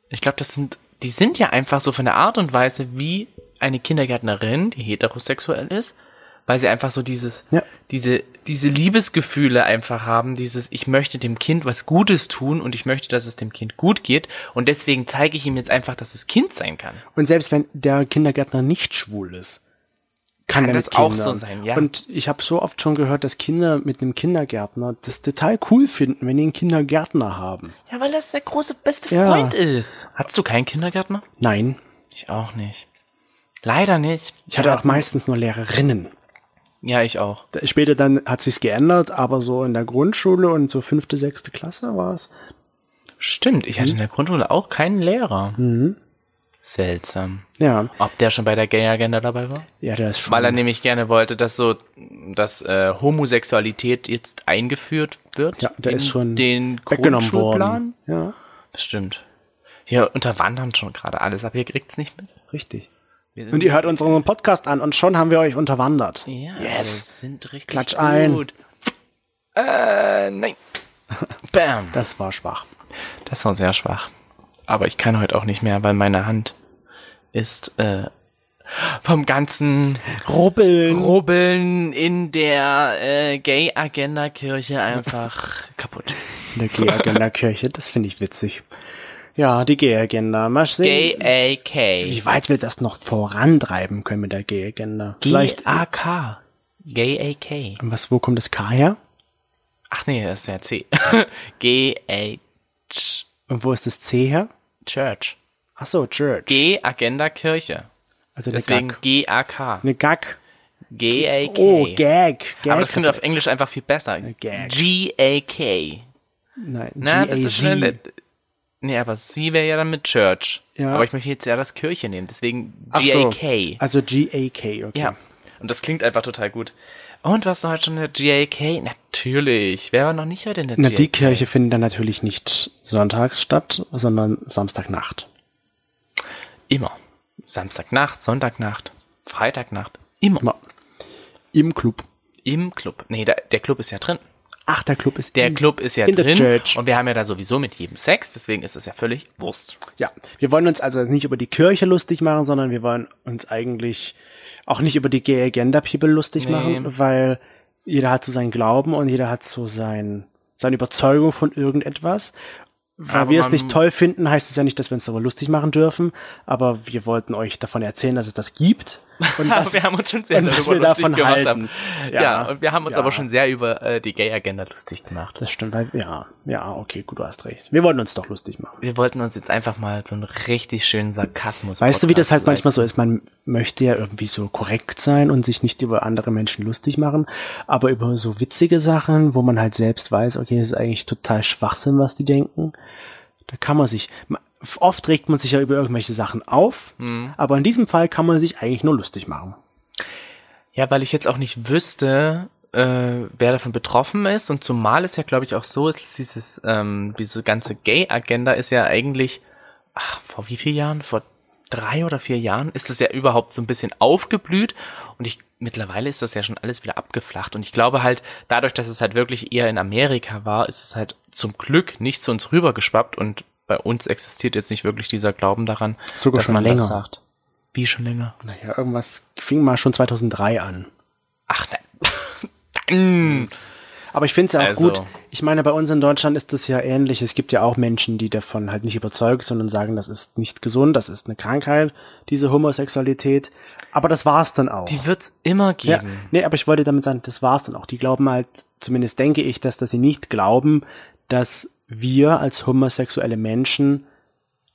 [SPEAKER 2] Ich glaube, das sind, die sind ja einfach so von der Art und Weise wie eine Kindergärtnerin, die heterosexuell ist, weil sie einfach so dieses,
[SPEAKER 1] Ja.
[SPEAKER 2] diese, diese Liebesgefühle einfach haben, dieses, ich möchte dem Kind was Gutes tun und ich möchte, dass es dem Kind gut geht und deswegen zeige ich ihm jetzt einfach, dass es Kind sein kann.
[SPEAKER 1] Und selbst wenn der Kindergärtner nicht schwul ist, kann,
[SPEAKER 2] Kann
[SPEAKER 1] er mit
[SPEAKER 2] das auch
[SPEAKER 1] Kindern.
[SPEAKER 2] so sein, ja.
[SPEAKER 1] Und ich habe so oft schon gehört, dass Kinder mit einem Kindergärtner das total cool finden, wenn die einen Kindergärtner haben.
[SPEAKER 2] Ja, weil das der große beste
[SPEAKER 1] Ja.
[SPEAKER 2] Freund ist. Hattest du keinen Kindergärtner?
[SPEAKER 1] Nein,
[SPEAKER 2] Ich auch nicht. Leider nicht.
[SPEAKER 1] ich hatte auch meistens nur Lehrerinnen.
[SPEAKER 2] Ja, ich auch.
[SPEAKER 1] Da- Später dann hat sich's geändert, aber so in der Grundschule und so fünfte, sechste Klasse war es. Mhm.
[SPEAKER 2] Stimmt, ich hatte in der Grundschule auch keinen Lehrer. Seltsam.
[SPEAKER 1] Ja,
[SPEAKER 2] Ob der schon bei der Gay Agenda dabei war?
[SPEAKER 1] ja, der ist schon.
[SPEAKER 2] Weil er nämlich gerne wollte, dass so, dass äh, Homosexualität jetzt eingeführt wird.
[SPEAKER 1] ja, der
[SPEAKER 2] in
[SPEAKER 1] ist schon
[SPEAKER 2] den
[SPEAKER 1] weggenommen
[SPEAKER 2] Grundschulplan.
[SPEAKER 1] worden. Ja,
[SPEAKER 2] Bestimmt. Hier unterwandern schon gerade alles, aber ihr kriegt's nicht mit.
[SPEAKER 1] richtig.
[SPEAKER 2] Wir sind-
[SPEAKER 1] Und ihr hört unseren Podcast an und schon haben wir euch unterwandert.
[SPEAKER 2] Ja, also wir
[SPEAKER 1] Yes.
[SPEAKER 2] sind richtig
[SPEAKER 1] Klatsch ein.
[SPEAKER 2] gut. Äh, nein. (laughs) Bam.
[SPEAKER 1] Das war schwach.
[SPEAKER 2] Das war sehr schwach. Aber ich kann heute auch nicht mehr, weil meine Hand ist äh, vom ganzen
[SPEAKER 1] Rubbeln.
[SPEAKER 2] Rubbeln in der äh, Gay-Agenda-Kirche einfach (laughs) kaputt.
[SPEAKER 1] In der Gay-Agenda-Kirche, das finde ich witzig. Ja, die Gay-Agenda. Mal sehen,
[SPEAKER 2] G-A-K.
[SPEAKER 1] wie weit wir das noch vorantreiben können mit der Gay-Agenda. Vielleicht,
[SPEAKER 2] G-A-K. G-A-K.
[SPEAKER 1] was, wo kommt das K her?
[SPEAKER 2] Ach nee, das ist ja C. (laughs) G-A-Ch.
[SPEAKER 1] Und wo ist das C her?
[SPEAKER 2] Church.
[SPEAKER 1] Ach so, Church.
[SPEAKER 2] G-Agenda-Kirche.
[SPEAKER 1] also eine
[SPEAKER 2] Deswegen
[SPEAKER 1] Gag.
[SPEAKER 2] G-A-K.
[SPEAKER 1] Eine Gag.
[SPEAKER 2] G-A-K.
[SPEAKER 1] Oh, Gag. Gag
[SPEAKER 2] Aber das klingt auf
[SPEAKER 1] vielleicht.
[SPEAKER 2] Englisch einfach viel besser.
[SPEAKER 1] Gag.
[SPEAKER 2] G-A-K.
[SPEAKER 1] Nein,
[SPEAKER 2] Na, das ist
[SPEAKER 1] G-A-Z.
[SPEAKER 2] schon. Nee, aber sie wäre ja dann mit Church.
[SPEAKER 1] Ja.
[SPEAKER 2] Aber ich möchte jetzt ja das Kirche nehmen, deswegen
[SPEAKER 1] Ach so.
[SPEAKER 2] G-A-K.
[SPEAKER 1] Also G-A-K, okay.
[SPEAKER 2] Ja. Und das klingt einfach total gut. Und was war heute schon in der GAK? Natürlich. Wer war noch nicht heute in der
[SPEAKER 1] Na,
[SPEAKER 2] GAK?
[SPEAKER 1] die Kirche findet dann natürlich nicht sonntags statt, sondern Samstagnacht.
[SPEAKER 2] Immer. Samstagnacht, Sonntagnacht, Freitagnacht. Immer.
[SPEAKER 1] Immer. Im Club.
[SPEAKER 2] Im Club. Nee, da, der Club ist ja drin.
[SPEAKER 1] Ach, der Club ist
[SPEAKER 2] Der
[SPEAKER 1] im-
[SPEAKER 2] Club ist ja
[SPEAKER 1] in der
[SPEAKER 2] drin.
[SPEAKER 1] Church.
[SPEAKER 2] Und wir haben ja da sowieso mit jedem Sex, deswegen ist es ja völlig Wurst.
[SPEAKER 1] Ja, wir wollen uns also nicht über die Kirche lustig machen, sondern wir wollen uns eigentlich auch nicht über die Gay Agenda People lustig machen, weil jeder hat so seinen Glauben und jeder hat so sein, seine Überzeugung von irgendetwas. Weil
[SPEAKER 2] Aber
[SPEAKER 1] wir es
[SPEAKER 2] man-
[SPEAKER 1] nicht toll finden, heißt es ja nicht, dass wir uns darüber lustig machen dürfen, aber wir wollten euch davon erzählen, dass es das gibt
[SPEAKER 2] (laughs)
[SPEAKER 1] und
[SPEAKER 2] Aber
[SPEAKER 1] was,
[SPEAKER 2] Also wir haben uns schon sehr
[SPEAKER 1] und was
[SPEAKER 2] darüber
[SPEAKER 1] wir
[SPEAKER 2] lustig
[SPEAKER 1] davon
[SPEAKER 2] gemacht.
[SPEAKER 1] halten.
[SPEAKER 2] Haben. Ja, und wir haben uns
[SPEAKER 1] ja.
[SPEAKER 2] aber schon sehr über äh, die Gay-Agenda lustig gemacht.
[SPEAKER 1] Das stimmt, weil, ja, ja, okay, gut, du hast recht. Wir wollten uns doch lustig machen.
[SPEAKER 2] Wir wollten uns jetzt einfach mal so einen richtig schönen Sarkasmus
[SPEAKER 1] Weißt du, wie das halt manchmal so ist? Man möchte ja irgendwie so korrekt sein und sich nicht über andere Menschen lustig machen, aber über so witzige Sachen, wo man halt selbst weiß, okay, das ist eigentlich total Schwachsinn, was die denken, da kann man sich, ma- oft regt man sich ja über irgendwelche Sachen auf, aber in diesem Fall kann man sich eigentlich nur lustig machen.
[SPEAKER 2] Ja, weil ich jetzt auch nicht wüsste, äh, wer davon betroffen ist. Und zumal es ja, glaube ich, auch so ist, dass dieses, ähm, diese ganze Gay-Agenda ist ja eigentlich, ach, vor wie vielen Jahren? Vor drei oder vier Jahren ist das ja überhaupt so ein bisschen aufgeblüht. Und ich, mittlerweile ist das ja schon alles wieder abgeflacht. Und ich glaube halt, dadurch, dass es halt wirklich eher in Amerika war, ist es halt zum Glück nicht zu uns rübergeschwappt. Und bei uns existiert jetzt nicht wirklich dieser Glauben daran,
[SPEAKER 1] Sogar schon länger.
[SPEAKER 2] sagt. Wie schon länger?
[SPEAKER 1] Naja, irgendwas fing mal schon 2003 an.
[SPEAKER 2] Ach, nein. (laughs) dann.
[SPEAKER 1] Aber ich finde es ja auch
[SPEAKER 2] Also-
[SPEAKER 1] gut. Ich meine, bei uns in Deutschland ist das ja ähnlich. Es gibt ja auch Menschen, die davon halt nicht überzeugt, sondern sagen, das ist nicht gesund, das ist eine Krankheit, diese Homosexualität. Aber das war's dann auch.
[SPEAKER 2] Die wird's immer
[SPEAKER 1] ja,
[SPEAKER 2] geben.
[SPEAKER 1] nee, aber ich wollte damit sagen, das war's dann auch. Die glauben halt, zumindest denke ich, dass, dass sie nicht glauben, dass wir als homosexuelle Menschen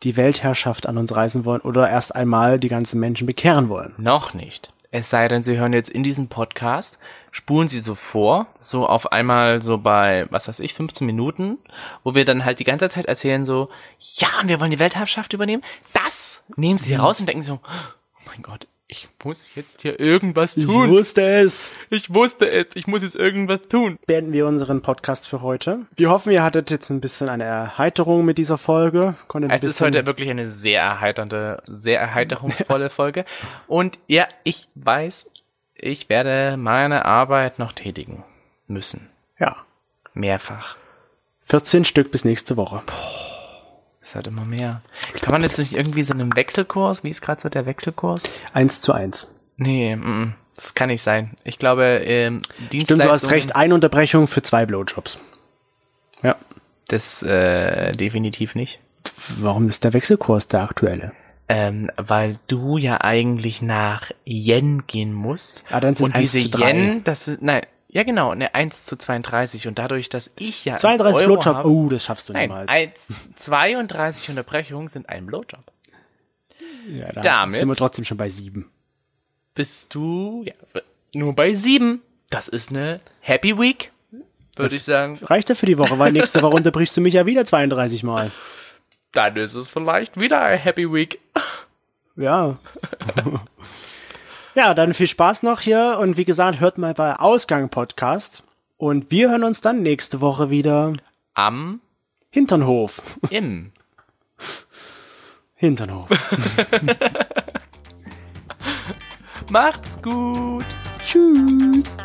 [SPEAKER 1] die Weltherrschaft an uns reißen wollen oder erst einmal die ganzen Menschen bekehren wollen.
[SPEAKER 2] Noch nicht. Es sei denn, Sie hören jetzt in diesem Podcast, spulen Sie so vor, so auf einmal so bei, was weiß ich, 15 Minuten, wo wir dann halt die ganze Zeit erzählen so, ja, und wir wollen die Weltherrschaft übernehmen. Das nehmen Sie raus und denken so, oh mein Gott, ich muss jetzt hier irgendwas tun.
[SPEAKER 1] wusste es.
[SPEAKER 2] Ich wusste es, ich muss jetzt irgendwas tun.
[SPEAKER 1] beenden wir unseren Podcast für heute. Wir hoffen, ihr hattet jetzt ein bisschen eine Erheiterung mit dieser Folge. Konntet ein
[SPEAKER 2] Es ist
[SPEAKER 1] bisschen,
[SPEAKER 2] heute wirklich eine sehr erheiternde, sehr (laughs) erheiterungsvolle Folge. Und ja, ich weiß, ich werde meine Arbeit noch tätigen müssen.
[SPEAKER 1] ja,
[SPEAKER 2] Mehrfach.
[SPEAKER 1] 14 Stück bis nächste Woche.
[SPEAKER 2] Es hat immer mehr. Kann man das nicht irgendwie so einem Wechselkurs? Wie ist gerade so der Wechselkurs?
[SPEAKER 1] Eins zu eins.
[SPEAKER 2] Nee, mm, das kann nicht sein. Ich glaube, ähm, Dienstleistungen...
[SPEAKER 1] Stimmt, du hast recht. Eine Unterbrechung für zwei Blowjobs. Ja.
[SPEAKER 2] Das äh, definitiv nicht.
[SPEAKER 1] Warum ist der Wechselkurs der aktuelle?
[SPEAKER 2] Ähm, weil du ja eigentlich nach Yen gehen musst.
[SPEAKER 1] Ah, dann sind
[SPEAKER 2] und
[SPEAKER 1] 1
[SPEAKER 2] diese
[SPEAKER 1] zu 3.
[SPEAKER 2] Yen, das sind, nein, ja genau, eine 1 zu 32. Und dadurch, dass ich ja
[SPEAKER 1] 32
[SPEAKER 2] einen Euro
[SPEAKER 1] Blowjob.
[SPEAKER 2] habe-
[SPEAKER 1] Oh, das schaffst du
[SPEAKER 2] nein,
[SPEAKER 1] niemals.
[SPEAKER 2] 1, 32 Unterbrechungen sind ein Blowjob.
[SPEAKER 1] ja, da
[SPEAKER 2] damit-
[SPEAKER 1] sind wir trotzdem schon bei sieben.
[SPEAKER 2] Bist du ja, nur bei 7. Das ist eine Happy Week, würde ich sagen.
[SPEAKER 1] Reicht ja für die Woche, weil nächste
[SPEAKER 2] (laughs)
[SPEAKER 1] Woche unterbrichst du mich ja wieder 32 Mal.
[SPEAKER 2] Dann ist es vielleicht wieder eine Happy Week.
[SPEAKER 1] Ja. ja, dann viel Spaß noch hier und wie gesagt, hört mal bei Ausgang Podcast und wir hören uns dann nächste Woche wieder
[SPEAKER 2] Am,
[SPEAKER 1] Hinternhof.
[SPEAKER 2] im.
[SPEAKER 1] Hinternhof.
[SPEAKER 2] Macht's gut.
[SPEAKER 1] Tschüss.